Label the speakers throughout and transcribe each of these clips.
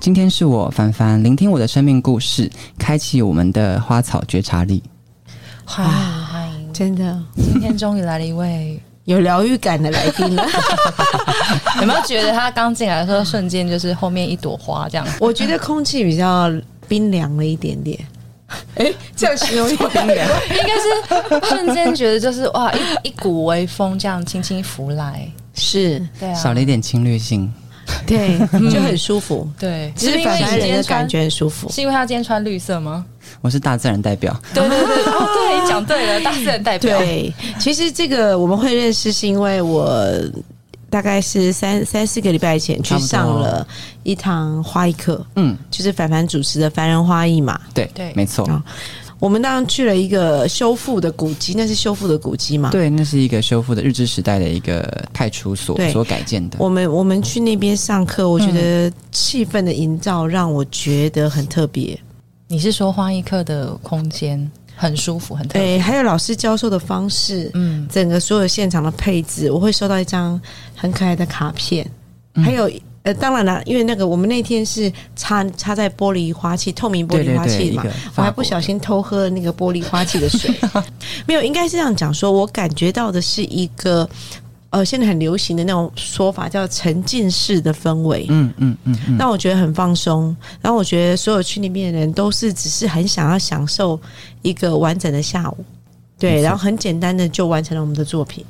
Speaker 1: 今天是我凡凡聆听我的生命故事，开启我们的花草觉察力。
Speaker 2: 欢迎欢迎，
Speaker 3: 真的
Speaker 2: 今天终于来了一位，
Speaker 3: 有疗愈感的来宾了，
Speaker 2: 有没有觉得他刚进来的时候，瞬间就是后面一朵花这样？
Speaker 3: 我觉得空气比较冰凉了一点 点。哎，这样形容有点冰凉。
Speaker 2: 应该是瞬间觉得就是哇，一一股微风这样轻轻拂来，
Speaker 3: 是，
Speaker 2: 对啊，
Speaker 1: 少了一点侵略性，
Speaker 3: 对， 就很舒服。
Speaker 2: 对，
Speaker 3: 其实
Speaker 2: 因为
Speaker 3: 反
Speaker 2: 你
Speaker 3: 而
Speaker 2: 今
Speaker 3: 人
Speaker 2: 天
Speaker 3: 的感
Speaker 2: 穿，
Speaker 3: 觉很舒服。
Speaker 2: 是因为他今天穿绿色吗？
Speaker 1: 我是大自然代表。
Speaker 2: 对对对， 哦对，讲对了，大自然代表，
Speaker 3: 对，其实这个我们会认识，是因为我大概是三三四个礼拜前去
Speaker 1: 差不多
Speaker 3: 上了一堂花艺课，
Speaker 1: 嗯，
Speaker 3: 就是凡凡主持的《凡人花艺》嘛。
Speaker 1: 对，
Speaker 2: 对
Speaker 1: 没错，
Speaker 3: 啊我们当时去了一个修复的古迹，那是修复的古迹嘛。
Speaker 1: 对，那是一个修复的日治时代的一个派出所
Speaker 3: 对
Speaker 1: 所改建的。
Speaker 3: 我们我们去那边上课，我觉得气氛的营造让我觉得很特别。
Speaker 2: 你是说花艺课的空间很舒服，很特别，
Speaker 3: 对，还有老师教授的方式，
Speaker 2: 嗯，
Speaker 3: 整个所有现场的配置，我会收到一张很可爱的卡片，
Speaker 1: 嗯
Speaker 3: 还有。呃，当然了，因为那个我们那天是插插在玻璃花器、透明玻
Speaker 1: 对
Speaker 3: 璃
Speaker 1: 对
Speaker 3: 花
Speaker 1: 对，
Speaker 3: 器
Speaker 1: 一
Speaker 3: 嘛，
Speaker 1: 个
Speaker 3: 我还
Speaker 1: 法
Speaker 3: 不
Speaker 1: 国
Speaker 3: 小心偷喝了那个玻璃花器的 水。没有，应该是这样讲说，我感觉到的是一个呃，现在很流行的那种说法叫沉浸式的氛围。
Speaker 1: 嗯嗯嗯嗯，
Speaker 3: 那我觉得很放松，然后我觉得所有去那边的人都是只是很想要享受一个完整的下午，
Speaker 1: 没
Speaker 3: 对，
Speaker 1: 错
Speaker 3: 然后很简单的就完成了我们的作品。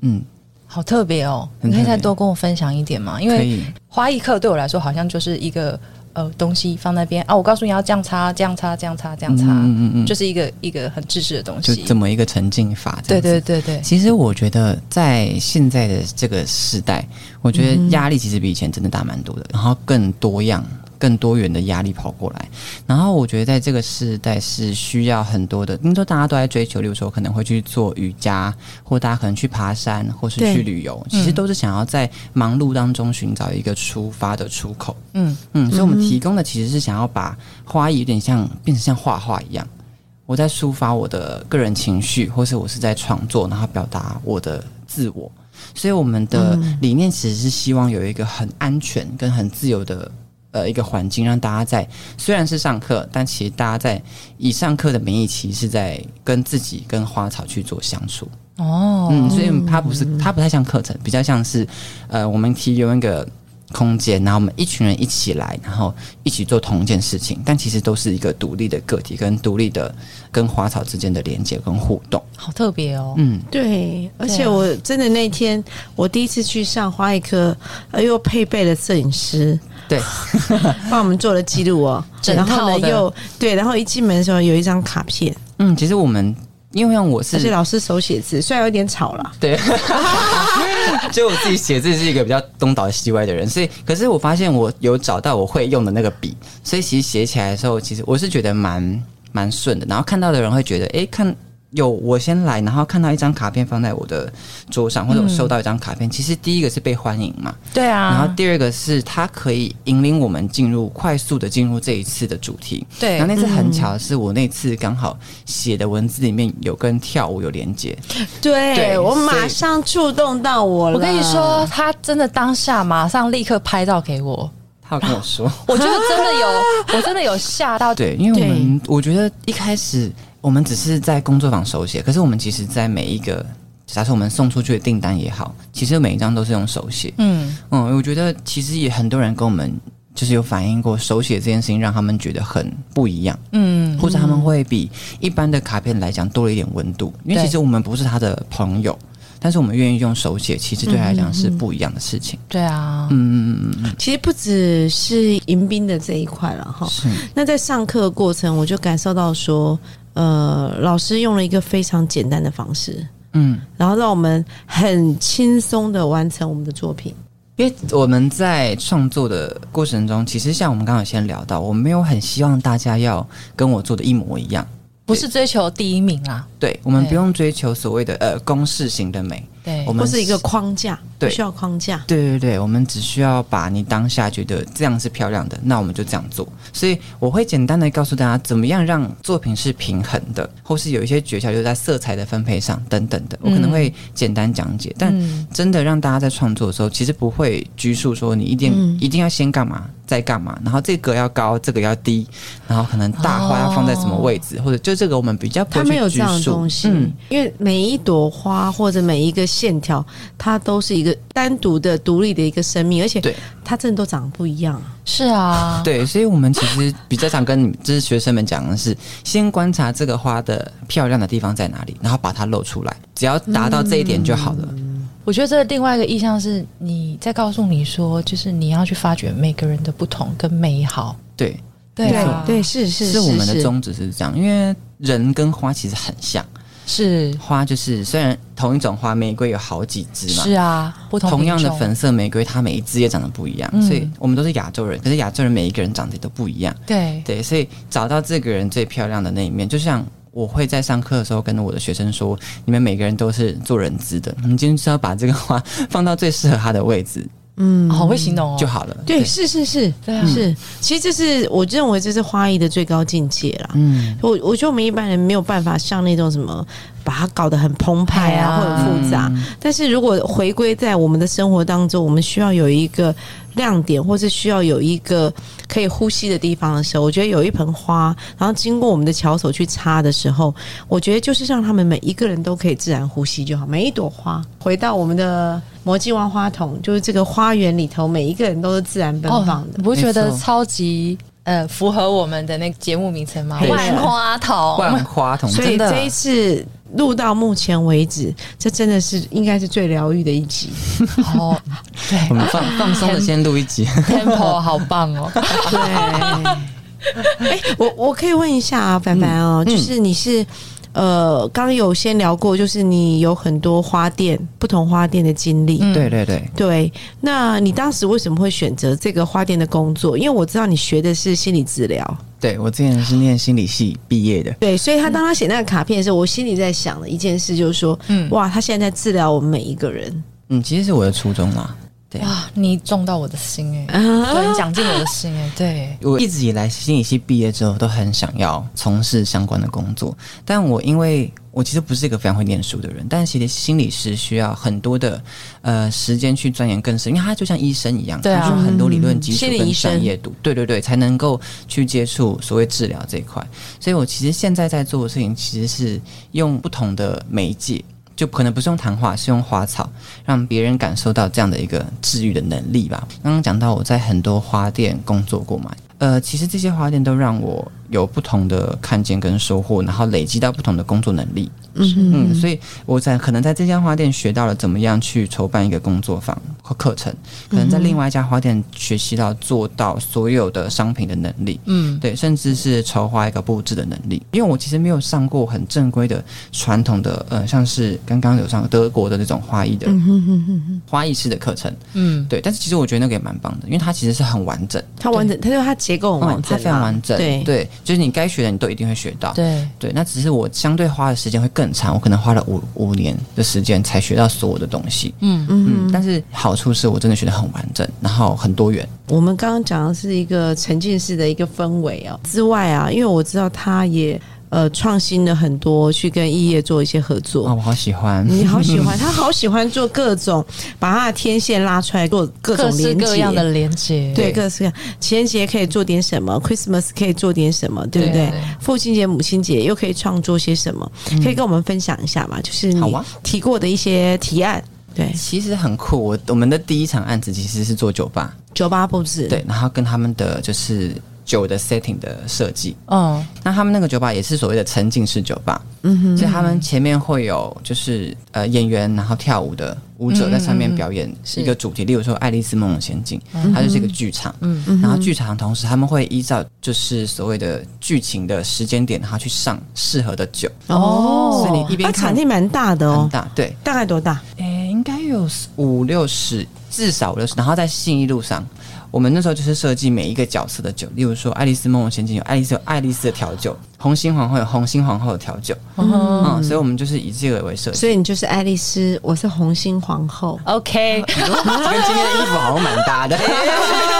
Speaker 1: 嗯，
Speaker 2: 好特别哦。
Speaker 1: 很
Speaker 2: 你可以
Speaker 1: 特别
Speaker 2: 再多跟我分享一点吗？因
Speaker 1: 可
Speaker 2: 为
Speaker 1: 以。
Speaker 2: 花艺课对我来说好像就是一个呃东西放那边啊，我告诉你要这样擦，这样擦，这样擦，这样擦，
Speaker 1: 嗯嗯嗯，
Speaker 2: 就是一个一个很自制的东
Speaker 1: 就
Speaker 2: 西
Speaker 1: 这。么一个沉浸法。这
Speaker 2: 对
Speaker 1: 样子
Speaker 2: 对对对，
Speaker 1: 其实我觉得在现在的这个时代，我觉
Speaker 3: 嗯
Speaker 1: 得压力其实比以前真的大蛮多的，然后更多样、更多元的压力跑过来。然后我觉得在这个时代是需要很多的，听说大家都在追求，例如说可能会去做瑜伽，或大家可能去爬山，或是
Speaker 3: 对
Speaker 1: 去旅游，其实都是想要在忙碌当中寻找一个出发的出口。
Speaker 2: 嗯
Speaker 1: 嗯，所以我们提供的其实是想要把花艺有点像变成像画画一样，我在抒发我的个人情绪，或是我是在创作，然后表达我的自我。所以我们的理念其实是希望有一个很安全跟很自由的呃一个环境，让大家在虽然是上课，但其实大家在以上课的名义，其实是在跟自己跟花草去做相处。
Speaker 2: 哦，
Speaker 1: 嗯，所以它不是它不太像课程，比较像是呃，我们提供一个空间，然后我们一群人一起来，然后一起做同一件事情，但其实都是一个独立的个体跟独立的跟花草之间的连接跟互动。
Speaker 2: 好特别哦。
Speaker 1: 嗯，
Speaker 3: 对，啊而且我真的那天我第一次去上花艺课，呃又配备了摄影师，
Speaker 1: 对，
Speaker 3: 帮我们做了记录 哦。
Speaker 2: 整
Speaker 3: 然后
Speaker 2: 套
Speaker 3: 呢，
Speaker 2: 的
Speaker 3: 又对，然后一进门的时候有一张卡片，
Speaker 1: 嗯，其实我们因为像我是
Speaker 3: 而且老师手写字，虽然有点吵啦，
Speaker 1: 对，就我自己写字是一个比较东倒西歪的人，所以可是我发现我有找到我会用的那个笔，所以其实写起来的时候，其实我是觉得蛮蛮顺的。然后看到的人会觉得，诶，看有我先来，然后看到一张卡片放在我的桌上，或者我收到一张卡片，其实第一个是被欢迎嘛，
Speaker 2: 对啊，
Speaker 1: 然后第二个是它可以引领我们进入快速的进入这一次的主题。
Speaker 2: 对
Speaker 1: 然后那次很巧，是我那次刚好写的文字里面有跟跳舞有连接，
Speaker 3: 对
Speaker 1: 对
Speaker 3: 我
Speaker 1: 所以
Speaker 3: 马上触动到我了。
Speaker 2: 我跟你说，，他真的当下马上立刻拍照给 我，
Speaker 1: 他有跟我说。
Speaker 2: 我觉得真的有，我真的有吓到。
Speaker 1: 啊对，因为我们我觉得一开始我们只是在工作坊手写，可是我们其实在每一个，假设我们送出去的订单也好，其实每一张都是用手写。
Speaker 2: 嗯，
Speaker 1: 嗯，我觉得其实也很多人跟我们就是有反映过，手写这件事情让他们觉得很不一样，
Speaker 2: 嗯，
Speaker 1: 或者他们会比一般的卡片来讲多了一点温度，因为
Speaker 2: 对
Speaker 1: 其实我们不是他的朋友。但是我们愿意用手写，其实对他来讲
Speaker 2: 嗯
Speaker 1: 是不一样的事情。
Speaker 2: 对啊，
Speaker 1: 嗯嗯嗯嗯
Speaker 3: 其实不只是迎宾的这一块了哈
Speaker 1: 嗯，。是
Speaker 3: 那在上课的过程，我就感受到说，呃，老师用了一个非常简单的方式，
Speaker 1: 嗯
Speaker 3: 然后让我们很轻松的完成我们的作品。
Speaker 1: 因为我们在创作的过程中，其实像我们刚刚有先聊到，我没有很希望大家要跟我做的一模一样。
Speaker 2: 不是追求第一名啦，
Speaker 1: 对，我们
Speaker 2: 对
Speaker 1: 不用追求所谓的呃公式型的美，
Speaker 2: 对
Speaker 1: 我，们
Speaker 3: 或是一个框架，
Speaker 1: 对
Speaker 3: 不需要框架。
Speaker 1: 对对对，我们只需要把你当下觉得这样是漂亮的，那我们就这样做。所以我会简单的告诉大家，怎么样让作品是平衡的，或是有一些诀窍，就是在色彩的分配上等等的，我可能会简单讲解。但
Speaker 2: 嗯
Speaker 1: 真的让大家在创作的时候，其实不会拘束说你一定、
Speaker 3: 嗯
Speaker 1: 一定要先干嘛，再干嘛，然后这个要高，这个要低，然后可能大花要放在什么位置，或者就这个我们比较不
Speaker 3: 它
Speaker 1: 会
Speaker 3: 没有这
Speaker 1: 去拘
Speaker 3: 样的
Speaker 1: 束嗯
Speaker 3: 东。西，因为每一朵花或者每一个线条，它都是一个单独的、独立的一个生命，而且
Speaker 1: 对
Speaker 3: 它真的都长得不一样啊。
Speaker 2: 是啊，
Speaker 1: 对，所以我们其实比较常跟就是学生们讲的是，先观察这个花的漂亮的地方在哪里，然后把它露出来，只要达到这一点就好了。
Speaker 3: 嗯
Speaker 2: 我觉得这另外一个意向是，你在告诉你说，就是你要去发掘每个人的不同跟美好。
Speaker 1: 对，
Speaker 2: 对啊，
Speaker 3: 对，是是
Speaker 1: 是我们的宗旨是这样，因为人跟花其实很像，
Speaker 2: 是
Speaker 1: 花就是虽然同一种花，玫瑰有好几枝嘛。
Speaker 2: 是啊，不同
Speaker 1: 同样的
Speaker 2: 品种
Speaker 1: 粉色玫瑰，它每一枝也长得不一样，
Speaker 2: 嗯
Speaker 1: 所以我们都是亚洲人，可是亚洲人每一个人长得都不一样。
Speaker 2: 对
Speaker 1: 对，所以找到这个人最漂亮的那一面，就像。我会在上课的时候跟我的学生说：“你们每个人都是做人资的，你们今天就是要把这个花放到最适合他的位置
Speaker 3: 嗯
Speaker 2: 哦好会形容哦，
Speaker 1: 就好了。”
Speaker 3: 对，，是是是，
Speaker 2: 对啊
Speaker 3: 是。其实这是我认为这是花艺的最高境界啦。
Speaker 1: 嗯，
Speaker 3: 我我觉得我们一般人没有办法像那种什么把它搞得很澎湃啊，
Speaker 2: 哎
Speaker 3: 或
Speaker 2: 呀
Speaker 3: 者复杂。但是如果回归在我们的生活当中，我们需要有一个亮点，或是需要有一个可以呼吸的地方的时候，我觉得有一盆花，然后经过我们的巧手去插的时候，我觉得就是让他们每一个人都可以自然呼吸就好。每一朵花，回到我们的魔镜万花筒，就是这个花园里头，每一个人都是自然奔放
Speaker 2: 哦
Speaker 3: 的。，
Speaker 2: 你不觉
Speaker 1: 没
Speaker 2: 得
Speaker 1: 错
Speaker 2: 超级呃符合我们的那个节目名称吗？
Speaker 3: 对
Speaker 2: 万花筒，
Speaker 1: 万花筒
Speaker 3: 所以
Speaker 1: 真的
Speaker 3: 这一次录到目前为止，这真的是应该是最疗愈的一集。
Speaker 2: 哦，对
Speaker 1: 我们放放松的先录一集。
Speaker 2: ，Temple 好棒哦，
Speaker 3: 对， 哎、我我可以问一下啊，凡凡
Speaker 1: 嗯
Speaker 3: 哦，就是你是呃，刚刚有先聊过，就是你有很多花店，不同花店的经历。
Speaker 2: 嗯
Speaker 1: 对对对，
Speaker 3: 对，那你当时为什么会选择这个花店的工作？因为我知道你学的是心理治疗，
Speaker 1: 对我之前是念心理系毕业的，
Speaker 3: 对，所以他当他写那个卡片的时候，我心里在想的一件事就是说，
Speaker 2: 嗯
Speaker 3: 哇，他现在在治疗我们每一个人，
Speaker 1: 嗯，其实是我的初衷啦。对
Speaker 2: 哇，你中到我的心
Speaker 3: 啊
Speaker 2: 哎、
Speaker 1: 啊
Speaker 2: 对，你讲进我的心哎、对，
Speaker 1: 我一直以来心理系毕业之后都很想要从事相关的工作，但我因为我其实不是一个非常会念书的人，但其实心理师需要很多的呃时间去钻研更深，因为他就像医生一样，
Speaker 2: 对啊
Speaker 1: 他需要很多理论基础
Speaker 3: 嗯心理医
Speaker 1: 跟
Speaker 3: 生
Speaker 1: 专业度，对对对，才能够去接触所谓治疗这一块。所以我其实现在在做的事情其实是用不同的媒介。就可能不是用谈话，是用花草，让别人感受到这样的一个治愈的能力吧。刚刚讲到我在很多花店工作过嘛，呃，其实这些花店都让我有不同的看见跟收获，然后累积到不同的工作能力。
Speaker 3: 嗯
Speaker 1: 嗯，所以我在可能在这家花店学到了怎么样去筹办一个工作坊和课程，可能在另外一家花店学习到做到所有的商品的能力，
Speaker 2: 嗯，
Speaker 1: 对，甚至是筹划一个布置的能力。因为我其实没有上过很正规的传统的，呃，像是刚刚有上德国的那种花艺的、花艺师的课程，
Speaker 2: 嗯，
Speaker 1: 对。但是其实我觉得那个也蛮棒的，因为它其实是很完整，
Speaker 3: 他完整，他说他结构很
Speaker 1: 嗯
Speaker 3: 完整啊、
Speaker 1: 它非常完整，
Speaker 3: 对
Speaker 1: 对，就是你该学的你都一定会学到，
Speaker 2: 对，
Speaker 1: 对，那只是我相对花的时间会更长，我可能花了五五年的时间才学到所有的东西。
Speaker 2: 嗯，
Speaker 1: 嗯，但是好处是我真的学得很完整，然后很多元。
Speaker 3: 我们刚刚讲的是一个沉浸式的一个氛围啊，之外啊，因为我知道他也呃创新了很多，去跟异业做一些合作。
Speaker 1: 啊，我好喜欢。
Speaker 3: 你好喜欢他，好喜欢做各种，把他的天线拉出来做各种
Speaker 2: 各式
Speaker 3: 连接，
Speaker 2: 各样的连接，
Speaker 3: 对，各式各样。情人节可以做点什么，Christmas 可以做点什么，对不对？
Speaker 2: 对
Speaker 3: 父亲节、母亲节又可以创作些什么？可以跟我们分享一下吗？就是
Speaker 1: 好
Speaker 3: 你
Speaker 1: 啊
Speaker 3: 提过的一些提案，对，
Speaker 1: 其实很酷，我我们的第一场案子其实是做酒吧，
Speaker 3: 酒吧布置，
Speaker 1: 对，然后跟他们的就是酒的 setting 的设计，
Speaker 2: 嗯，
Speaker 1: 那他们那个酒吧也是所谓的沉浸式酒吧，嗯哼，所以他们前面会有就是呃演员，然后跳舞的舞者在上面表演一个主题，例如说《爱丽丝梦游仙境》，它嗯就是一个剧场，嗯，然后剧场同时他们会依照就是所谓的剧情的时间点，然后去上适合的酒，
Speaker 3: 哦，
Speaker 2: 所
Speaker 1: 所以你一边
Speaker 3: 它
Speaker 1: 看
Speaker 3: 场地蛮大的
Speaker 1: 很
Speaker 3: 哦，
Speaker 1: 大，对，
Speaker 3: 大概多大？
Speaker 1: 诶、应该有五六十至少六十。然后在信义路上，我们那时候就是设计每一个角色的酒，例如说《爱丽丝梦游仙境》有爱丽丝有爱丽丝的调酒，红心皇后有红心皇后的调酒，
Speaker 2: 嗯
Speaker 1: 嗯，所以我们就是以这个为设计。
Speaker 3: 所以你就是爱丽丝，我是红心皇后，
Speaker 2: ，OK，
Speaker 1: 跟今天的衣服好像蛮搭的。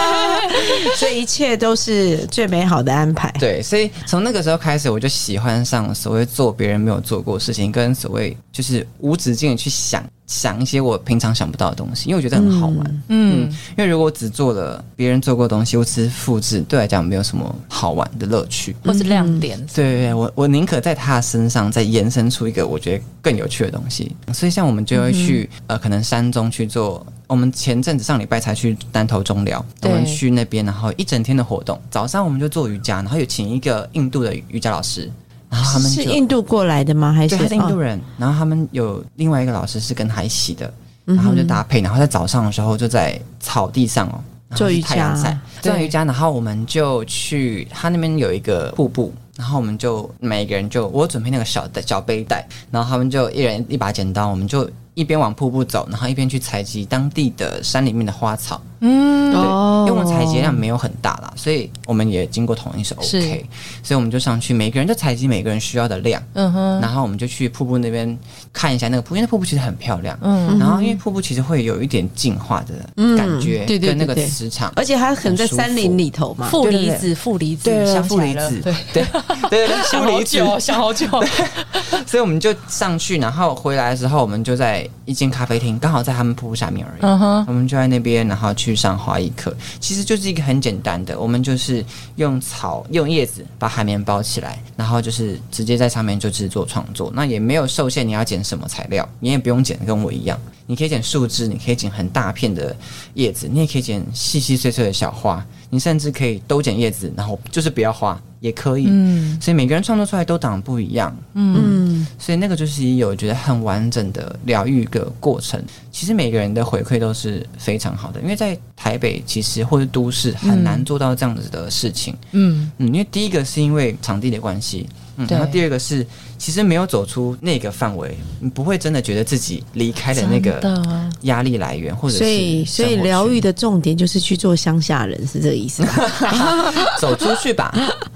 Speaker 3: 所以一切都是最美好的安排。
Speaker 1: 对，所以从那个时候开始，我就喜欢上所谓做别人没有做过的事情，跟所谓就是无止境的去想想一些我平常想不到的东西，因为我觉得很好玩。嗯，因为如果我只做了别人做过的东西，我只是复制，对我来讲没有什么好玩的乐趣。
Speaker 2: 或是亮点，
Speaker 1: 对对对，我我宁可在他身上再延伸出一个我觉得更有趣的东西。所以像我们就会去、呃，可能山中去做。我们前阵子上礼拜才去南投中寮，我
Speaker 2: 对
Speaker 1: 们去那边，然后一整天的活动。早上我们就做瑜伽，然后有请一个印度的瑜伽老师，然后他们
Speaker 3: 是
Speaker 1: 就
Speaker 3: 印度过来的吗？还是
Speaker 1: 对他是印度
Speaker 3: 哦
Speaker 1: 人，然后他们有另外一个老师是跟他一起的，
Speaker 3: 嗯
Speaker 1: 然后他们就搭配，然后在早上的时候就在草地上哦。然后
Speaker 3: 做
Speaker 1: 是
Speaker 3: 瑜
Speaker 1: 太阳
Speaker 3: 伽
Speaker 1: 晒，做完
Speaker 2: 对
Speaker 1: 瑜伽，然后我们就去他那边有一个瀑布，然后我们就每个人就我准备那个小的小背带，然后他们就一人一把剪刀，我们就一边往瀑布走，然后一边去采集当地的山里面的花草，
Speaker 2: 嗯，
Speaker 1: 对，
Speaker 3: 哦
Speaker 1: 因为我们采集量没有很大啦，所以我们也经过同意是 OK，
Speaker 2: 是
Speaker 1: 所以我们就上去，每个人就采集每个人需要的量，
Speaker 2: 嗯哼，
Speaker 1: 然后我们就去瀑布那边看一下那个瀑布，因为那瀑布其实很漂亮。
Speaker 2: 嗯，
Speaker 1: 然后因为瀑布其实会有一点净化的感觉，
Speaker 3: 嗯对对
Speaker 1: 跟那个
Speaker 3: 对对
Speaker 1: 磁场。
Speaker 3: 而且它可能在山林里头嘛。
Speaker 2: 负离
Speaker 1: 啊对对
Speaker 2: 子，负离子，
Speaker 1: 对
Speaker 2: 想起
Speaker 1: 负
Speaker 2: 来
Speaker 1: 离
Speaker 2: 了
Speaker 1: 子，
Speaker 2: 对，
Speaker 1: 对对对，负
Speaker 2: 想好
Speaker 1: 离子，
Speaker 2: 久， 想好久，
Speaker 1: 所以我们就上去，然后回来的时候，我们就在一间咖啡厅，刚好在他们瀑布下面而已。
Speaker 2: 嗯哼，
Speaker 1: 我们就在那边，然后去上花艺课，其实就是一个很简单的，我们就是用草、用叶子把海绵包起来，然后就是直接在上面就制作创作。那也没有受限你要剪什么材料，你也不用剪得跟我一样，你可以剪树枝，你可以剪很大片的叶子，你也可以剪细细碎碎的小花，你甚至可以都剪叶子，然后就是不要花也可以。
Speaker 2: 嗯，
Speaker 1: 所以每个人创作出来都长得不一样，
Speaker 3: 嗯，
Speaker 1: 所以那个就是一个我觉得很完整的疗愈的过程。其实每个人的回馈都是非常好的，因为在台北其实或者都市很难做到这样子的事情。
Speaker 2: 嗯，
Speaker 1: 嗯，因为第一个是因为场地的关系，嗯，
Speaker 2: 对
Speaker 1: 然后第二个是其实没有走出那个范围，你不会真的觉得自己离开了那个
Speaker 2: 真的
Speaker 1: 压力来源，或者是
Speaker 3: 所以所以
Speaker 1: 生活圈
Speaker 3: 疗愈的重点就是去做乡下人，是这个意思 吧？
Speaker 1: 走出 去吧，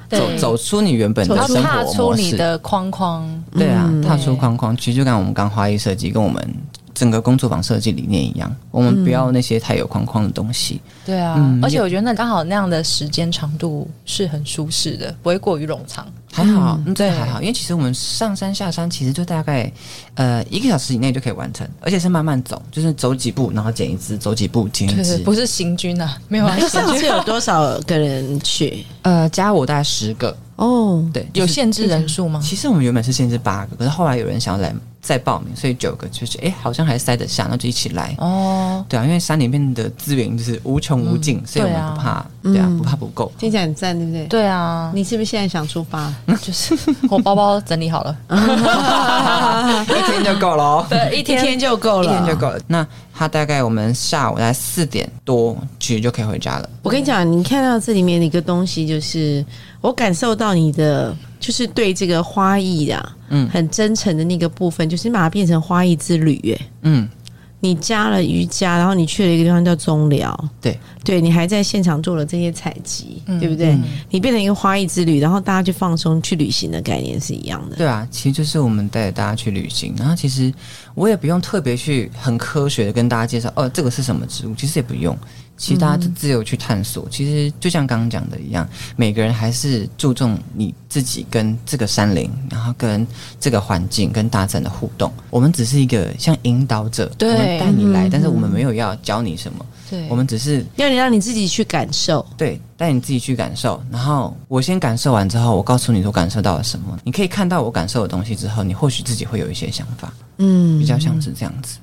Speaker 2: 对
Speaker 1: 走走出你原本的
Speaker 2: 要
Speaker 1: 生
Speaker 2: 踏
Speaker 1: 活
Speaker 2: 出
Speaker 1: 模
Speaker 2: 你
Speaker 1: 式。
Speaker 2: 的框框，
Speaker 1: 对啊，
Speaker 3: 嗯
Speaker 1: 踏出
Speaker 2: 对
Speaker 1: 框框，其实就跟我们刚花艺设计跟我们整个工作坊设计理念一样，我们不要那些太有框框的东西。
Speaker 2: 对啊，
Speaker 1: 嗯
Speaker 2: 而且我觉得那刚好那样的时间长度是很舒适的，不会过于冗长。
Speaker 1: 还好，嗯，这
Speaker 2: 对
Speaker 1: 还好，因为其实我们上山下山其实就大概呃一个小时以内就可以完成，而且是慢慢走，就是走几步，然后剪一支，走几步剪一支。
Speaker 2: 不是行军啊，没有啊，行
Speaker 3: 上
Speaker 2: 军
Speaker 3: 次有多少个人去？
Speaker 1: 呃，加我大概十个，
Speaker 3: 哦，
Speaker 1: 对，就
Speaker 2: 有
Speaker 1: 是
Speaker 2: 限制人数吗？
Speaker 1: 其实我们原本是限制八个，可是后来有人想要来再报名，所以九个就是哎、诶好像还塞得下，那就一起来。
Speaker 2: 哦，
Speaker 1: 对啊，因为山里面的资源就是无穷无尽，所以我们不怕，嗯对啊，不怕不够。
Speaker 3: 听起来很赞，对不对？
Speaker 2: 对啊，
Speaker 3: 你是不是现在想出发？
Speaker 1: 嗯
Speaker 2: 就是我包包整理好了，
Speaker 1: 一天就够了 哦，
Speaker 2: 对，一
Speaker 3: 一天就够
Speaker 1: 一
Speaker 3: 了，
Speaker 1: 天就够了。那他大概我们下午大概四点多其实就可以回家了。
Speaker 3: 我跟你讲，你看到这里面的一个东西，就是我感受到你的，就是对这个花艺啊，嗯，
Speaker 1: 嗯
Speaker 3: 很真诚的那个部分，就是你把它变成花艺之旅、耶。
Speaker 1: 嗯，
Speaker 3: 你加了瑜伽，然后你去了一个地方叫中寮，
Speaker 1: 对，
Speaker 3: 对你还在现场做了这些采集，对不对？你变成一个花艺之旅，然后大家去放松、去旅行的概念是一样的。
Speaker 1: 对啊，其实就是我们带着大家去旅行，然后其实我也不用特别去很科学的跟大家介绍哦，这个是什么植物，其实也不用。其实大家就自由去探索，其实就像刚刚讲的一样，每个人还是注重你自己跟这个山林，然后跟这个环境、跟大自然的互动。我们只是一个像引导者，
Speaker 2: 对
Speaker 1: 我们带你
Speaker 3: 嗯
Speaker 1: 来，但是我们没有要教你什么，
Speaker 2: 对，
Speaker 1: 我们只是
Speaker 3: 要你让你自己去感受，
Speaker 1: 对，带你自己去感受，然后我先感受完之后，我告诉你我感受到了什么。你可以看到我感受的东西之后，你或许自己会有一些想法，
Speaker 3: 嗯，
Speaker 1: 比较像是这样子。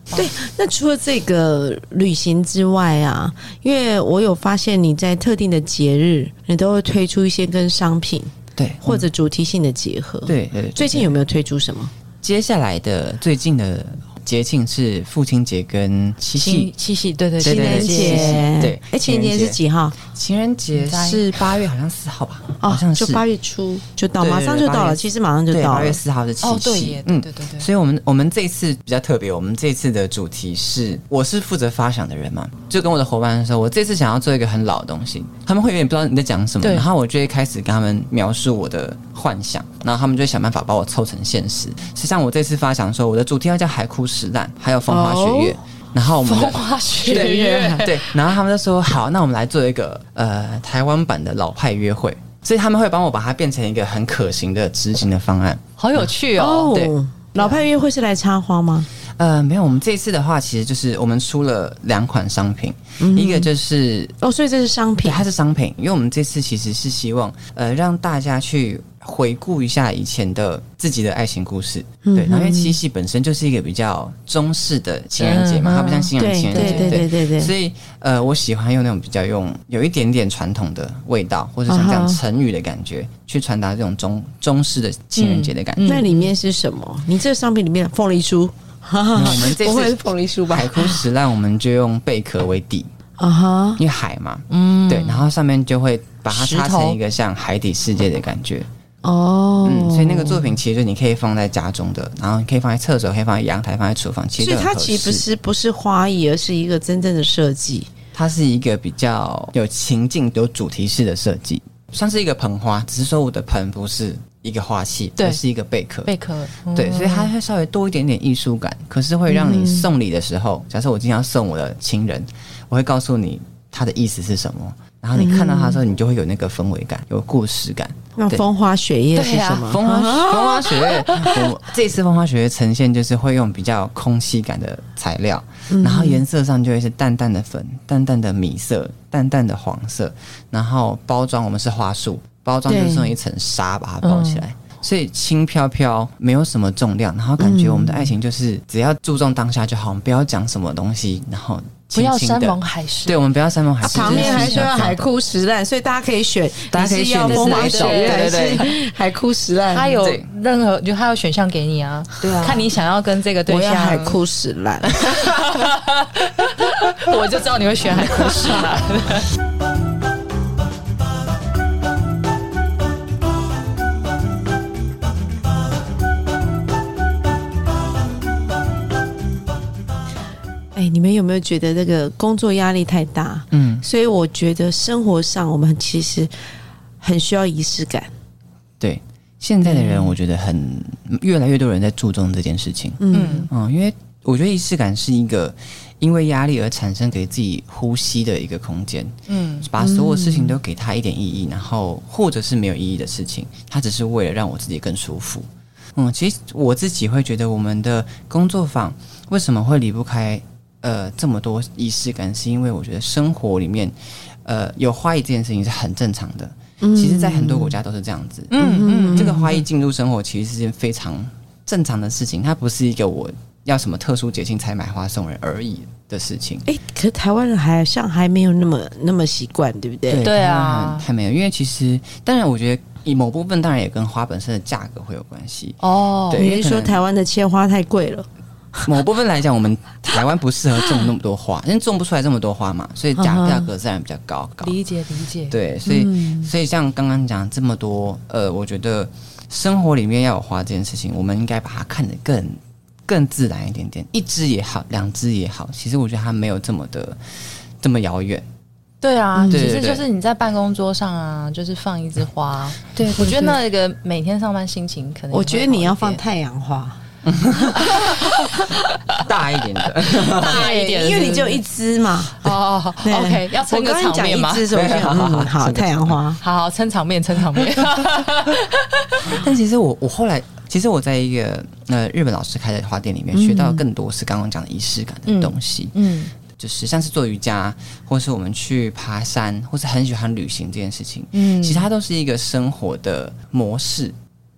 Speaker 3: 那除了这个旅行之外啊，因为我有发现你在特定的节日，你都会推出一些跟商品
Speaker 1: 对，
Speaker 3: 或者主题性的结合。，
Speaker 1: 对对对。
Speaker 3: 最近有没有推出什么？
Speaker 1: 接下来的最近的节庆是父亲节跟七
Speaker 2: 七
Speaker 1: 夕，
Speaker 2: 七夕，对对
Speaker 3: 情
Speaker 1: 对对
Speaker 3: 人
Speaker 1: 对
Speaker 3: 节，
Speaker 1: 对
Speaker 3: 哎，情人
Speaker 1: 情人
Speaker 3: 节
Speaker 1: 节
Speaker 3: 是几号？
Speaker 1: 情人节是八月好像四号吧，好
Speaker 3: 哦
Speaker 1: 像，是
Speaker 3: 就八月初就到，
Speaker 1: 对对
Speaker 3: 马
Speaker 1: 对
Speaker 3: 上就
Speaker 1: 八
Speaker 3: 到
Speaker 1: 月
Speaker 3: 了，其实马上就
Speaker 1: 对
Speaker 3: 到
Speaker 1: 八
Speaker 3: 了
Speaker 1: 月。四号的七夕，
Speaker 2: 哦，对耶，对
Speaker 1: 嗯。
Speaker 2: 对对对，
Speaker 1: 所以，我们我们这一次比较特别，我们这一次的主题是，我是负责发想的人嘛，就跟我的伙伴说，我这次想要做一个很老的东西，他们会有点不知道你在讲什么，
Speaker 2: 对
Speaker 1: 然后我就会开始跟他们描述我的幻想，然后他们就会想办法把我凑成现实。实际上，我这次发想说，我的主题要叫海枯石烂，还有风花雪月，
Speaker 3: 哦
Speaker 1: 然后我们的
Speaker 2: 风花雪
Speaker 1: 对
Speaker 2: 月，
Speaker 1: 对，然后他们就说好，那我们来做一个呃台湾版的老派约会，所以他们会帮我把它变成一个很可行的执行的方案。
Speaker 2: 好有趣哦。
Speaker 1: 对
Speaker 3: 哦，老派约会是来插花吗？
Speaker 1: 呃，没有，我们这一次的话，其实就是我们出了两款商品，
Speaker 3: 嗯
Speaker 1: 一个就是
Speaker 3: 哦，所以这是商
Speaker 1: 对，
Speaker 3: 品。
Speaker 1: 它是商品，因为我们这次其实是希望呃让大家去回顾一下以前的自己的爱情故事，
Speaker 3: 嗯
Speaker 1: 对，然后因为七夕本身就是一个比较中式的情人节嘛，
Speaker 2: 嗯
Speaker 1: 它不像西洋
Speaker 3: 对
Speaker 1: 情人节，
Speaker 3: 对对对对对
Speaker 1: 所以呃，我喜欢用那种比较用有一点点传统的味道，或者像这
Speaker 3: 啊
Speaker 1: 样
Speaker 3: 哈
Speaker 1: 成语的感觉，去传达这种中中式的情人节的感觉。
Speaker 3: 那里面是什么？你这个商品里面凤梨酥，
Speaker 1: 那我 们这
Speaker 3: 不会是
Speaker 1: 次
Speaker 3: 凤梨酥吧？
Speaker 1: 海枯石烂，我们就用贝壳为底，
Speaker 3: 啊哈，
Speaker 1: 因为海嘛，嗯，对，然后上面就会把它
Speaker 2: 石
Speaker 1: 擦成
Speaker 2: 头
Speaker 1: 一个像海底世界的感觉。
Speaker 3: 哦，
Speaker 1: 嗯，所以那个作品其实你可以放在家中的，然后你可以放在厕所，可以放在阳台，放在厨房，其实
Speaker 3: 所以
Speaker 1: 都很
Speaker 3: 它
Speaker 1: 合
Speaker 3: 其实不
Speaker 1: 适
Speaker 3: 是不是花艺，而是一个真正的设计。
Speaker 1: 它是一个比较有情境、有主题式的设计，算是一个盆花，只是说我的盆不是一个花器，
Speaker 2: 对
Speaker 1: 而是一个贝壳。
Speaker 2: 贝壳，嗯
Speaker 1: 对，所以它会稍微多一点点艺术感，可是会让你送礼的时候，假设我今天要送我的亲人，我会告诉你它的意思是什么，然后你看到它的时候，你就会有那个氛围感，有故事感。
Speaker 3: 那
Speaker 1: 对
Speaker 3: 风花雪月是
Speaker 2: 对啊
Speaker 3: 什么？
Speaker 1: 风花风花雪月，我啊 这次风花雪月呈现就是会用比较空气感的材料，然后颜色上就会是淡淡的粉、淡淡的米色、淡淡的黄色，然后包装我们是花束，包装就是用一层纱把它包起来。所以轻飘飘，没有什么重量，然后感觉我们的爱情就是只要注重当下就好，我们不要讲什么东西，然后
Speaker 2: 不
Speaker 1: 轻
Speaker 2: 要
Speaker 1: 轻
Speaker 2: 山
Speaker 1: 的
Speaker 2: 盟，海誓，
Speaker 1: 对，我们不要山盟海
Speaker 3: 啊
Speaker 1: 誓。
Speaker 3: 旁边还说要海
Speaker 1: 哭，
Speaker 3: 枯石烂，所以大家可以选，
Speaker 1: 大家可以
Speaker 3: 你是要
Speaker 1: 选你
Speaker 3: 风
Speaker 1: 是
Speaker 3: 花
Speaker 1: 哪一
Speaker 3: 雪
Speaker 1: 种
Speaker 3: 月还
Speaker 1: 对对
Speaker 3: 是海枯石烂？
Speaker 2: 他有
Speaker 1: 对
Speaker 2: 任何就他有选项给你啊，对啊，看你想要跟这个对
Speaker 3: 我要
Speaker 2: 象，
Speaker 3: 海枯石 烂。
Speaker 2: 我就知道你会选海枯石啦。
Speaker 3: 哎，你们有没有觉得这个工作压力太大？
Speaker 1: 嗯，
Speaker 3: 所以我觉得生活上我们其实很需要仪式感。
Speaker 1: 对，现在的
Speaker 2: 嗯
Speaker 1: 人我觉得很越来越多人在注重这件事情。
Speaker 3: 嗯，
Speaker 1: 嗯，因为我觉得仪式感是一个因为压力而产生给自己呼吸的一个空间，
Speaker 2: 嗯，
Speaker 1: 把所有事情都给它一点意义，然后或者是没有意义的事情，它只是为了让我自己更舒服。嗯，其实我自己会觉得我们的工作坊为什么会离不开呃这么多仪式感，是因为我觉得生活里面呃有花艺这件事情是很正常的。其实，在很多国家都是这样子。嗯嗯，这个花艺进入生活其实是件非常正常的事情，它不是一个我要什么特殊节庆才买花送人而已的事情。
Speaker 3: 哎，可台湾人好像还没有那么那么习惯，对不对？
Speaker 1: 对
Speaker 2: 对
Speaker 1: 台湾
Speaker 2: 啊
Speaker 1: 很还没有，因为其实当然，我觉得以某部分当然也跟花本身的价格会有关系。
Speaker 2: 哦，
Speaker 1: 对
Speaker 3: 你是
Speaker 1: 因
Speaker 3: 说
Speaker 1: 为可能
Speaker 3: 台湾的切花太贵了？
Speaker 1: 某部分来讲，我们台湾不适合种那么多花，因为种不出来这么多花嘛，所以价
Speaker 3: 嗯哼
Speaker 1: 价格自然比较高高。
Speaker 2: 理解理解，
Speaker 1: 对，所以、所以像刚刚讲这么多，呃，我觉得生活里面要有花这件事情，我们应该把它看得更更自然一点点，一只也好，两只也好，其实我觉得它没有这么的这么遥远。
Speaker 2: 对啊，
Speaker 1: 对
Speaker 2: 其
Speaker 1: 对
Speaker 2: 实
Speaker 1: 对
Speaker 2: 就是你在办公桌上啊，就是放一枝花，
Speaker 1: 对
Speaker 2: 我觉得那个每天上班心情可能也会好
Speaker 3: 我
Speaker 2: 一点，
Speaker 3: 觉得你要放太阳花
Speaker 1: 大一点的，
Speaker 2: 大一点，
Speaker 3: 哎因为你只有一只 嘛。
Speaker 2: 哦
Speaker 3: 对
Speaker 2: ，OK，要撑
Speaker 3: 我
Speaker 2: 个
Speaker 3: 刚刚
Speaker 2: 场
Speaker 3: 讲
Speaker 2: 面
Speaker 3: 一
Speaker 2: 嘛，
Speaker 3: 只，所以我就 想嗯好太阳花。
Speaker 2: 好好撑场面，撑场面，
Speaker 1: 但其实我我后来，其实我在一个呃日本老师开的花店里面学到更多是刚刚讲的仪式感的东西，
Speaker 2: 嗯，
Speaker 1: 就是像是做瑜伽，或是我们去爬山，或是很喜欢旅行这件事情，
Speaker 2: 嗯
Speaker 1: 嗯，其实它都是一个生活的模式，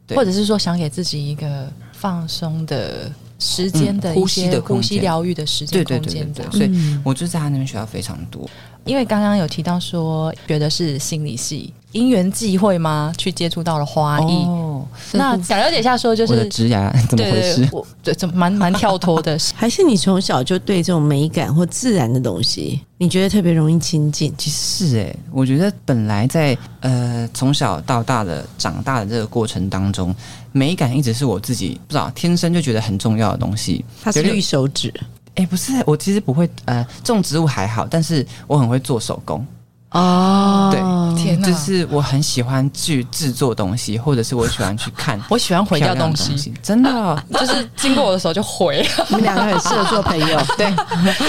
Speaker 1: 对
Speaker 2: 或者是说想给自己一个放松的时间的
Speaker 1: 嗯
Speaker 2: 一
Speaker 1: 呼吸
Speaker 2: 些
Speaker 1: 的空
Speaker 2: 呼吸
Speaker 1: 间
Speaker 2: 疗愈的时间
Speaker 1: 对对
Speaker 2: 空
Speaker 1: 对对
Speaker 2: 间这
Speaker 1: 对，
Speaker 2: 样。
Speaker 1: 所以我就在他那边学到非常多，
Speaker 2: 因为刚刚有提到说学的是心理系，因缘际会吗？去接触到了花艺，
Speaker 1: 哦，
Speaker 2: 那想了解一下，说就
Speaker 1: 我的
Speaker 2: 是
Speaker 1: 指 甲怎么
Speaker 2: 对
Speaker 1: 回
Speaker 2: 对，
Speaker 1: 事
Speaker 2: 对？我对，怎么蛮蛮跳脱的。
Speaker 3: 还是你从小就对这种美感或自然的东西，你觉得特别容易亲近？
Speaker 1: 其实是哎、我觉得本来在呃从小到大的长大的这个过程当中，美感一直是我自己不知道天生就觉得很重要的东西。
Speaker 3: 它是
Speaker 1: 有点
Speaker 3: 绿手指，
Speaker 1: 哎、不是欸、我其实不会呃种植物还好，但是我很会做手工，
Speaker 3: 哦
Speaker 1: 对
Speaker 2: 天哪，
Speaker 1: 就是我很喜欢去制作东西，或者是我喜欢去看
Speaker 2: 我喜欢毁掉
Speaker 1: 漂亮
Speaker 2: 东
Speaker 1: 的
Speaker 2: 西
Speaker 1: 东，西，真 的哦、
Speaker 2: 就是经过我的手就毁。
Speaker 3: 你们两个很适合做朋 友。
Speaker 1: 对，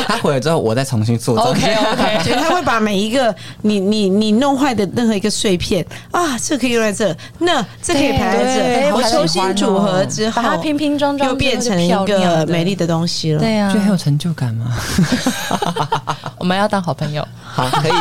Speaker 1: 它毁了之后， 我再重新塑造。
Speaker 2: OK OK，
Speaker 3: 所以他会把每一个你你你弄坏的任何一个碎片啊，这可以用在这，那 这可以排在
Speaker 2: 对
Speaker 3: 这，
Speaker 2: 好
Speaker 3: 我
Speaker 2: 喜
Speaker 3: 重
Speaker 1: 欢
Speaker 3: 新
Speaker 1: 哦
Speaker 3: 组合之后
Speaker 2: 把，它拼拼装装，
Speaker 3: 又变成一个美丽
Speaker 2: 的。
Speaker 3: 的东西了。
Speaker 2: 对啊
Speaker 1: 觉得，很有成就感吗？
Speaker 2: 我们要当好朋友。
Speaker 1: 好，可以。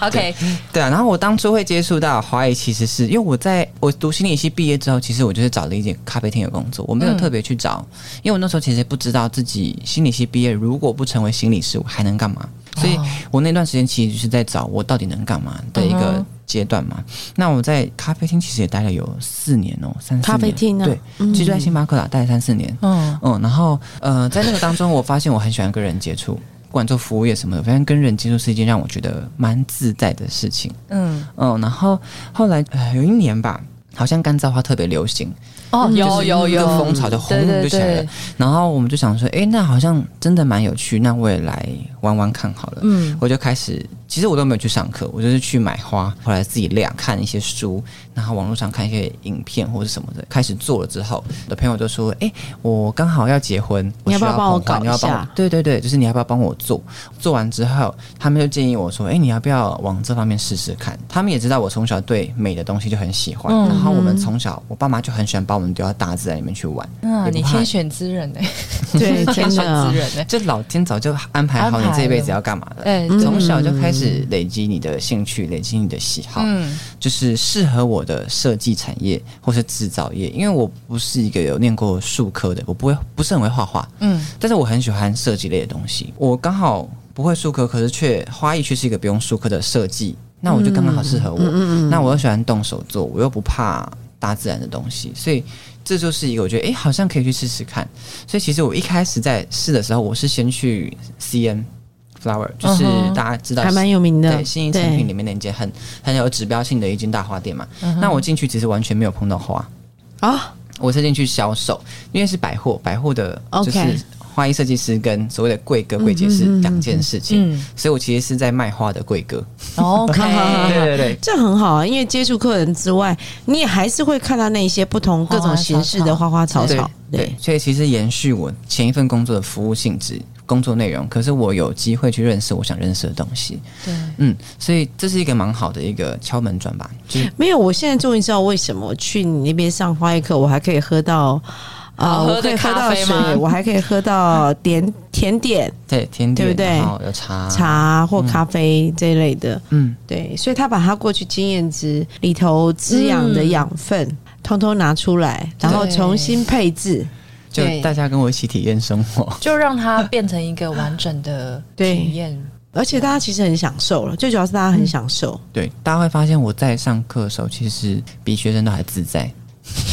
Speaker 2: OK，
Speaker 1: 啊 对啊，然后我当初会接触到花艺，其实是因为我在我读心理系毕业之后，其实我就是找了一间咖啡厅的工作，我没有特别去找，因为我那时候其实不知道自己心理系毕业，如果不成为心理师，我还能干嘛？所以我那段时间其实就是在找我到底能干嘛的一
Speaker 2: 嗯
Speaker 1: 个
Speaker 2: 哼
Speaker 1: 阶段嘛。那我在咖啡厅其实也待了有四年哦，三四
Speaker 3: 咖啡
Speaker 1: 年
Speaker 3: 厅啊
Speaker 1: 对，其实在星巴克啦待了三四年，
Speaker 2: 嗯，
Speaker 1: 嗯，然后呃，在那个当中，我发现我很喜欢跟人接触， 不管做服务业什么的，反正跟人接触是一件让我觉得蛮自在的事情。
Speaker 2: 嗯，
Speaker 1: 嗯，然后后来呃有一年吧，好像干燥花特别流行，
Speaker 2: 哦，
Speaker 1: 嗯
Speaker 2: 有有
Speaker 1: 这个
Speaker 2: 有，
Speaker 1: 风潮就轰
Speaker 2: 对对
Speaker 1: 就起来了
Speaker 2: 对。
Speaker 1: 然后我们就想说，诶，那好像真的蛮有趣，那我也来玩玩看好了。
Speaker 2: 嗯，
Speaker 1: 我就开始，其实我都没有去上课，我就是去买花，后来自己量看一些书，然后网络上看一些影片或者什么的，开始做了之后，我的朋友就说：“哎、我刚好要结婚，
Speaker 3: 你要不要
Speaker 1: 需
Speaker 3: 帮我
Speaker 1: 捧花
Speaker 3: 搞
Speaker 1: 你要
Speaker 3: 一
Speaker 1: 帮我
Speaker 3: 下
Speaker 1: 对对对，就是你要不要帮我做？做完之后，他们就建议我说：“哎、你要不要往这方面试试看？”他们也知道我从小对美的东西就很喜欢，然后我们从小，我爸妈就很喜欢把我们丢到大自然里面去玩。也
Speaker 2: 嗯，
Speaker 1: 不
Speaker 2: 你
Speaker 1: 怕
Speaker 2: 天选之人哎，
Speaker 3: 对，
Speaker 2: 天
Speaker 3: 真
Speaker 2: 选
Speaker 3: 的
Speaker 2: 之。人哎，
Speaker 1: 这老天早就安排好你这辈子要干嘛了。嗯
Speaker 2: 哎，
Speaker 1: 从小就开始累积你的兴趣，累积你的喜好，
Speaker 2: 嗯
Speaker 1: 就是适合我的设计产业或是制造业。因为我不是一个有念过术科的，我不会不是很会画画，
Speaker 2: 嗯，
Speaker 1: 但是我很喜欢设计类的东西。我刚好不会术科，可是却花艺却是一个不用术科的设计，那我就刚刚好适合我。那我又喜欢动手做，我又不怕大自然的东西，所以这就是一个我觉得诶，好像可以去试试看。所以其实我一开始在试的时候，我是先去 CN Flower，就是
Speaker 2: 嗯哼
Speaker 1: 大家知道
Speaker 3: 还蛮有名的
Speaker 1: 对，新一成品里面那间很很有指标性的一间大花店嘛。
Speaker 3: 嗯
Speaker 1: 那我进去其实完全没有碰到花，
Speaker 3: 啊，
Speaker 1: 我是进去销售，因为是百货，百货的
Speaker 3: OK 嗯
Speaker 1: 就是花艺设计师跟所谓的柜哥柜姐是两件事情，
Speaker 2: 嗯
Speaker 1: 所以我其实是在卖花的柜哥。
Speaker 3: 啊
Speaker 2: 哦，OK，
Speaker 1: 对对，
Speaker 3: 这很好啊，因为接触客人之外，你也还是会看到那些不同各种形式的花花草草。
Speaker 1: 对
Speaker 3: 对，，
Speaker 1: 所以其实延续我前一份工作的服务性质、工作内容，可是我有机会去认识我想认识的东西。
Speaker 2: 对，
Speaker 1: 嗯，所以这是一个蛮好的一个敲门砖吧，就是
Speaker 3: 没有，我现在终于知道为什么我去你那边上花艺课，我还可以喝到啊，
Speaker 2: 好喝
Speaker 3: 我可以
Speaker 2: 的
Speaker 3: 喝
Speaker 2: 咖
Speaker 3: 到
Speaker 2: 啡吗
Speaker 3: 水，我还可以喝到点甜点、
Speaker 1: 对甜
Speaker 3: 对
Speaker 1: 点，
Speaker 3: 不对
Speaker 1: 然后有茶，
Speaker 3: 茶或咖啡这一类的。
Speaker 1: 嗯，
Speaker 3: 对，所以他把他过去经验值里头滋养的养分，通通拿出来，然后
Speaker 2: 对
Speaker 3: 重新配置。
Speaker 1: 就
Speaker 3: 对
Speaker 1: 大家跟我一起体验生活。
Speaker 2: 就让它变成一个完整的
Speaker 3: 对
Speaker 2: 体验。
Speaker 3: 而且大家其实很享受了，最主要是大家很享受。
Speaker 1: 对，大家会发现我在上课的时候，其实比学生都还自在。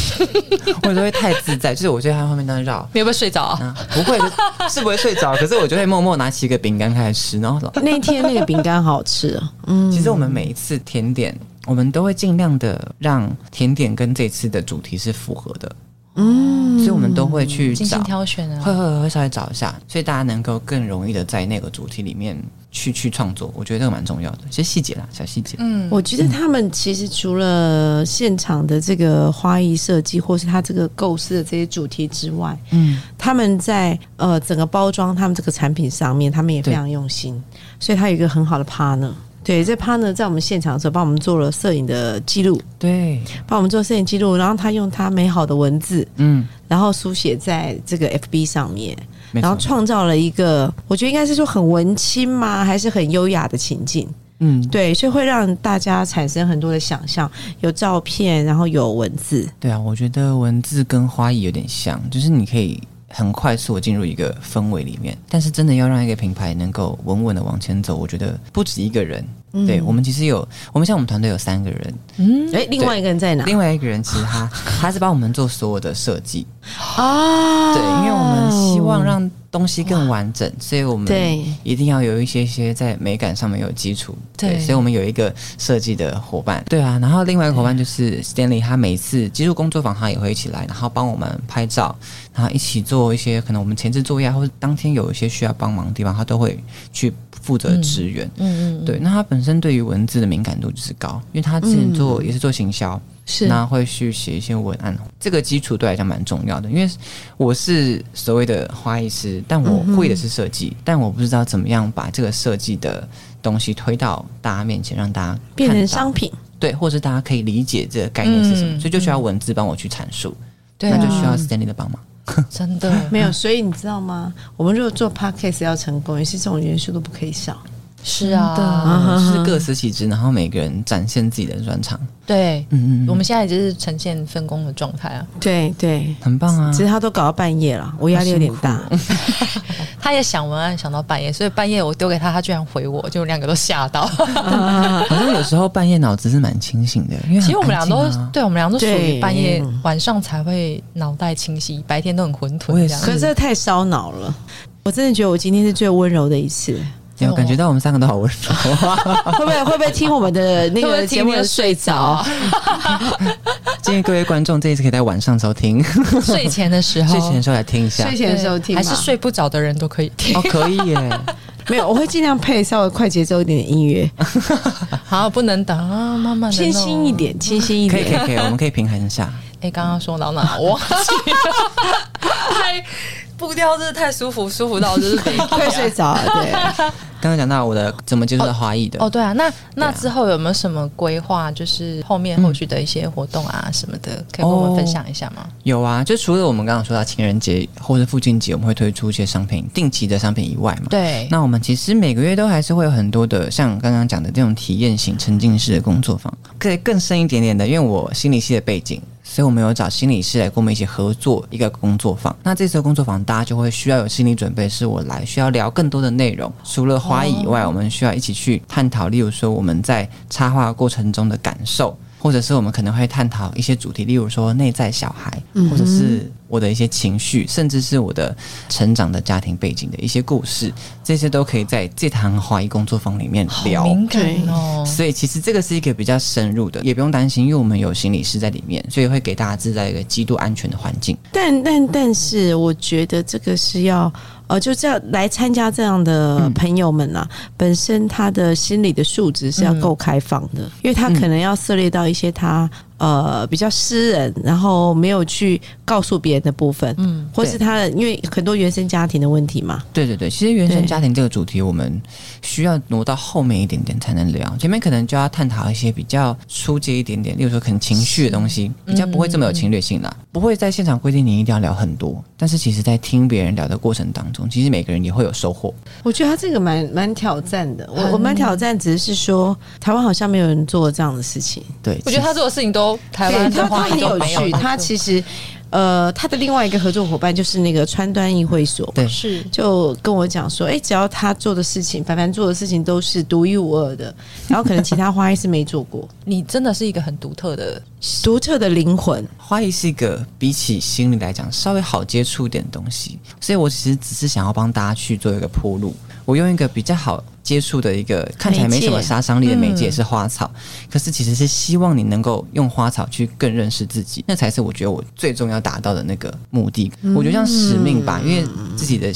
Speaker 1: 我有时候会太自在，就是我就在后面那绕，
Speaker 2: 你有没有睡着啊？
Speaker 1: 啊，不会就是不会睡着，可是我就会默默拿起一个饼干开始吃。然后老，
Speaker 3: 那天那个饼干好吃哦，
Speaker 1: 其实我们每一次甜点，我们都会尽量的让甜点跟这次的主题是符合的，嗯，所以我们都会去
Speaker 2: 精心
Speaker 1: 找，
Speaker 2: 挑选
Speaker 1: 会
Speaker 2: 啊，
Speaker 1: 会会稍微找一下，所以大家能够更容易的在那个主题里面去去创作，我觉得这个蛮重要的，其实细节啦，小细节，
Speaker 2: 嗯，
Speaker 3: 我觉得他们其实除了现场的这个花艺设计，或是他这个构思的这些主题之外，
Speaker 1: 嗯，
Speaker 3: 他们在呃整个包装他们这个产品上面，他们也非常用心，所以他有一个很好的 partner。对，这 partner 在我们现场的时候帮我们做了摄影的记录，
Speaker 1: 对，
Speaker 3: 帮我们做摄影记录，然后他用他美好的文字，
Speaker 1: 嗯，
Speaker 3: 然后书写在这个 FB 上面，
Speaker 1: 没
Speaker 3: 然后
Speaker 1: 错，
Speaker 3: 创造了一个，我觉得应该是说很文青嘛，还是很优雅的情境。
Speaker 1: 嗯，
Speaker 3: 对，所以会让大家产生很多的想象，有照片，然后有文字，
Speaker 1: 对啊，我觉得文字跟花艺有点像，就是你可以很快速的进入一个氛围里面。但是真的要让一个品牌能够稳稳的往前走，我觉得不止一个人。对我们其实有，我们像我们团队有三个人，
Speaker 2: 嗯，
Speaker 3: 哎，另外一个人在哪？
Speaker 1: 另外一个人其实他他是帮我们做所有的设计，
Speaker 3: 啊，
Speaker 1: 对，因为我们希望让东西更完整，所以我们
Speaker 3: 对
Speaker 1: 一定要有一些些在美感上面有基础。
Speaker 2: 对
Speaker 1: 所以我们有一个设计的伙伴，啊对啊，然后另外一个伙伴就是 Stanley，他每次技术工作坊他也会一起来，然后帮我们拍照，然后一起做一些可能我们前置作业啊，或者当天有一些需要帮忙的地方，他都会去负责支援。
Speaker 2: 嗯嗯，
Speaker 1: 对，那他本身对于文字的敏感度就是高，因为他之前做、也是做行销，
Speaker 3: 是
Speaker 1: 那会去写一些文案，这个基础对我来讲蛮重要的，因为我是所谓的花艺师，但
Speaker 2: 嗯
Speaker 1: 我会的是设计，但我不知道怎么样把这个设计的东西推到大家面前，让大家看
Speaker 3: 变成
Speaker 1: 到
Speaker 3: 商品，
Speaker 1: 对，或者大家可以理解这个概念是什么，
Speaker 2: 嗯
Speaker 1: 所以就需要文字帮我去阐述，
Speaker 2: 对
Speaker 1: 那
Speaker 2: 啊，
Speaker 1: 就需要 Stanley 的帮忙。
Speaker 2: 真的
Speaker 3: 没有。所以你知道吗？我们如果做 podcast 要成功，也是这种元素都不可以少。
Speaker 2: 是啊，
Speaker 1: 嗯就是各司其职，然后每个人展现自己的专长。
Speaker 2: 对，
Speaker 1: 嗯嗯
Speaker 2: 我
Speaker 1: 嗯，
Speaker 2: 们现在就是呈现分工的状态啊。
Speaker 3: 对对，
Speaker 1: 很棒啊
Speaker 3: 其！实他都搞到半夜了，我压力有点大。
Speaker 2: 他也想文案想到半夜，所以半夜我丢给他，他居然回我，就两个都吓到。
Speaker 1: 好像有时候半夜脑子是蛮清醒的，因为很
Speaker 2: 其实我们俩都
Speaker 1: 安静啊，
Speaker 2: 对，我们俩都属于
Speaker 3: 对
Speaker 2: 半夜晚上才会脑袋清晰，白天都很混沌
Speaker 1: 我也
Speaker 2: 这
Speaker 1: 是
Speaker 2: 样。
Speaker 3: 可是这太烧脑了，我真的觉得我今天是最温柔的一次。
Speaker 1: 有感觉到我们三个都好温柔。
Speaker 3: 会不会会不会听我们的那
Speaker 2: 会不
Speaker 3: 个
Speaker 2: 会
Speaker 3: 节
Speaker 2: 听
Speaker 3: 目
Speaker 2: 得
Speaker 3: 睡
Speaker 2: 睡
Speaker 3: 着
Speaker 2: 着？
Speaker 1: 建议各位观众这一次可以在晚上收听，睡
Speaker 2: 睡前的时候，
Speaker 1: 前的时候来听一下
Speaker 3: 睡。前的时候听吗
Speaker 2: 还是睡不着的人都可以听。
Speaker 1: 哦，可以耶！
Speaker 3: 没有，我会尽量配稍微快节奏一点的音乐，
Speaker 2: 好，不能等啊，慢慢的
Speaker 3: 清新一。点，清新一
Speaker 1: 可以可
Speaker 3: 点。
Speaker 1: 以可以，我们可以平衡一下。
Speaker 2: 哎、刚刚说到哪？我忘记了。 太步调真的太舒服，舒服到就是 没力啊
Speaker 3: 快睡着了，对，
Speaker 1: 刚刚讲到我的怎么接触到花艺的，
Speaker 2: 哦，对啊，那那之后有没有什么规划？就是后面后续的一些活动啊什么的，可以跟我
Speaker 1: 哦
Speaker 2: 们分享一下吗？
Speaker 1: 有啊，就除了我们刚刚说到情人节或是父亲节，我们会推出一些商品，定期的商品以外嘛。
Speaker 2: 对，
Speaker 1: 那我们其实每个月都还是会有很多的，像刚刚讲的这种体验型沉浸式的工作坊，可以更深一点点的，因为我心理系的背景，所以我们有找心理师来跟我们一起合作一个工作坊。那这次的工作坊，大家就会需要有心理准备，是我来需要聊更多的内容，除了花艺以外，我们需要一起去探讨，例如说我们在插画过程中的感受。或者是我们可能会探讨一些主题，例如说内在小孩，或者是我的一些情绪，甚至是我的成长的家庭背景的一些故事，这些都可以在这堂华裔工作坊里面
Speaker 2: 好
Speaker 1: 聊。
Speaker 2: 敏感哦。
Speaker 1: 所以其实这个是一个比较深入的，也不用担心，因为我们有心理师在里面，所以会给大家制造一个极度安全的环境。
Speaker 3: 但但但是，我觉得这个是要呃，就这样来参加这样的朋友们啊，本身他的心理的素质是要够开放的，因为他可能要涉猎到一些他呃比较私人，然后没有去告诉别人的部分，嗯，或是
Speaker 1: 对
Speaker 3: 他的因为很多原生家庭的问题嘛，
Speaker 1: 对对对，其实原生
Speaker 3: 对
Speaker 1: 家庭这个主题，我们需要挪到后面一点点才能聊，前面可能就要探讨一些比较出界一点点，例如说可能情绪的东西，比较不会这么有侵略性啦，
Speaker 2: 嗯
Speaker 1: 不会在现场规定你一定要聊很多，但是其实在听别人聊的过程当中，其实每个人也会有收获。
Speaker 3: 我觉得他这个蛮蛮挑战的，我我
Speaker 2: 很
Speaker 3: 蛮挑战，只是说台湾好像没有人做这样的事情。
Speaker 1: 对，
Speaker 2: 我觉得他做的事情都台
Speaker 3: 对，
Speaker 2: 湾的
Speaker 3: 他他
Speaker 2: 话
Speaker 3: 很
Speaker 2: 都
Speaker 3: 有
Speaker 2: 没
Speaker 3: 趣，他其实呃，他的另外一个合作伙伴就是那个川端议会所，
Speaker 1: 对
Speaker 2: 是
Speaker 3: 就跟我讲说，哎、只要他做的事情，凡凡做的事情都是独一无二的，然后可能其他花艺是没做 过，
Speaker 2: 你真的是一个很独特的，
Speaker 3: 独特的灵魂。
Speaker 1: 花艺是一个比起心理来讲稍微好接触一点的东西，所以我其实只是想要帮大家去做一个铺路。我用一个比较好接触的一个看起来没什么杀伤力的媒
Speaker 3: 嗯
Speaker 1: 介是花草，可是其实是希望你能够用花草去更认识自己，那才是我觉得我最终要达到的那个目的。
Speaker 3: 嗯
Speaker 1: 我觉得像使命吧，因为自己的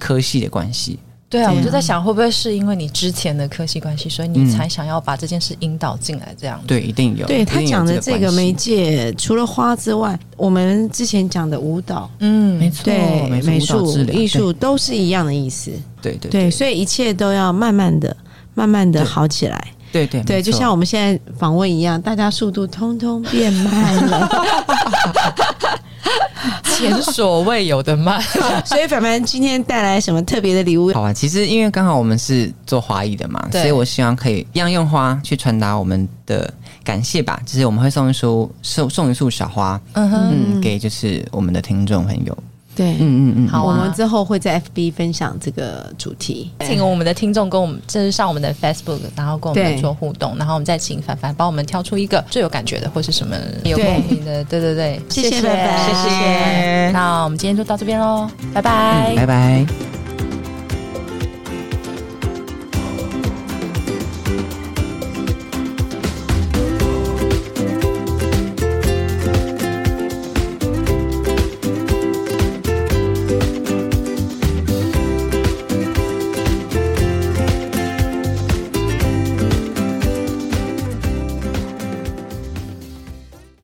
Speaker 1: 科系的关系，
Speaker 2: 对啊，嗯
Speaker 3: 对啊
Speaker 2: 我就在想会不会是因为你之前的科系关系，所以你才想要把这件事引导进来这样子。
Speaker 1: 对，一定有。
Speaker 3: 对他
Speaker 1: 一定有
Speaker 3: 讲的这个
Speaker 1: 关系
Speaker 3: 媒介，除了花之外，我们之前讲的舞蹈、
Speaker 2: 嗯
Speaker 1: 哦没，错，
Speaker 3: 对美
Speaker 1: 美术舞蹈
Speaker 3: 术
Speaker 1: 治、疗
Speaker 3: 艺，术都是一样的意思。
Speaker 1: 对对
Speaker 3: 对，
Speaker 1: 对
Speaker 3: 所以一切都要慢慢的、慢慢的好起来。
Speaker 1: 对对
Speaker 3: 对，
Speaker 1: 没
Speaker 3: 就
Speaker 1: 错
Speaker 3: 像我们现在访问一样，大家速度通通变慢了。
Speaker 2: 前所未有的 慢。
Speaker 3: 所以凡凡今天带来什么特别的礼物？
Speaker 1: 好啊，其实因为刚好我们是做花艺的嘛，
Speaker 2: 对
Speaker 1: 所以我希望可以一样用花去传达我们的感谢吧。就是我们会送一束送送一束小花，
Speaker 2: 嗯哼，
Speaker 1: 嗯，给就是我们的听众朋友。
Speaker 3: 对，
Speaker 1: 嗯嗯嗯，
Speaker 2: 好
Speaker 3: 我
Speaker 2: 啊
Speaker 3: 们之后会在 FB 分享这个主题。
Speaker 2: 请我们的听众跟我们，就是上我们的 Facebook，然后跟我
Speaker 3: 对
Speaker 2: 们做互动，然后我们再请凡凡帮我们挑出一个最有感觉的，或是什么有共鸣的，对对对，
Speaker 3: 谢谢凡凡
Speaker 2: 嗯谢谢。那我们今天就到这边喽，拜拜，
Speaker 1: 嗯拜拜。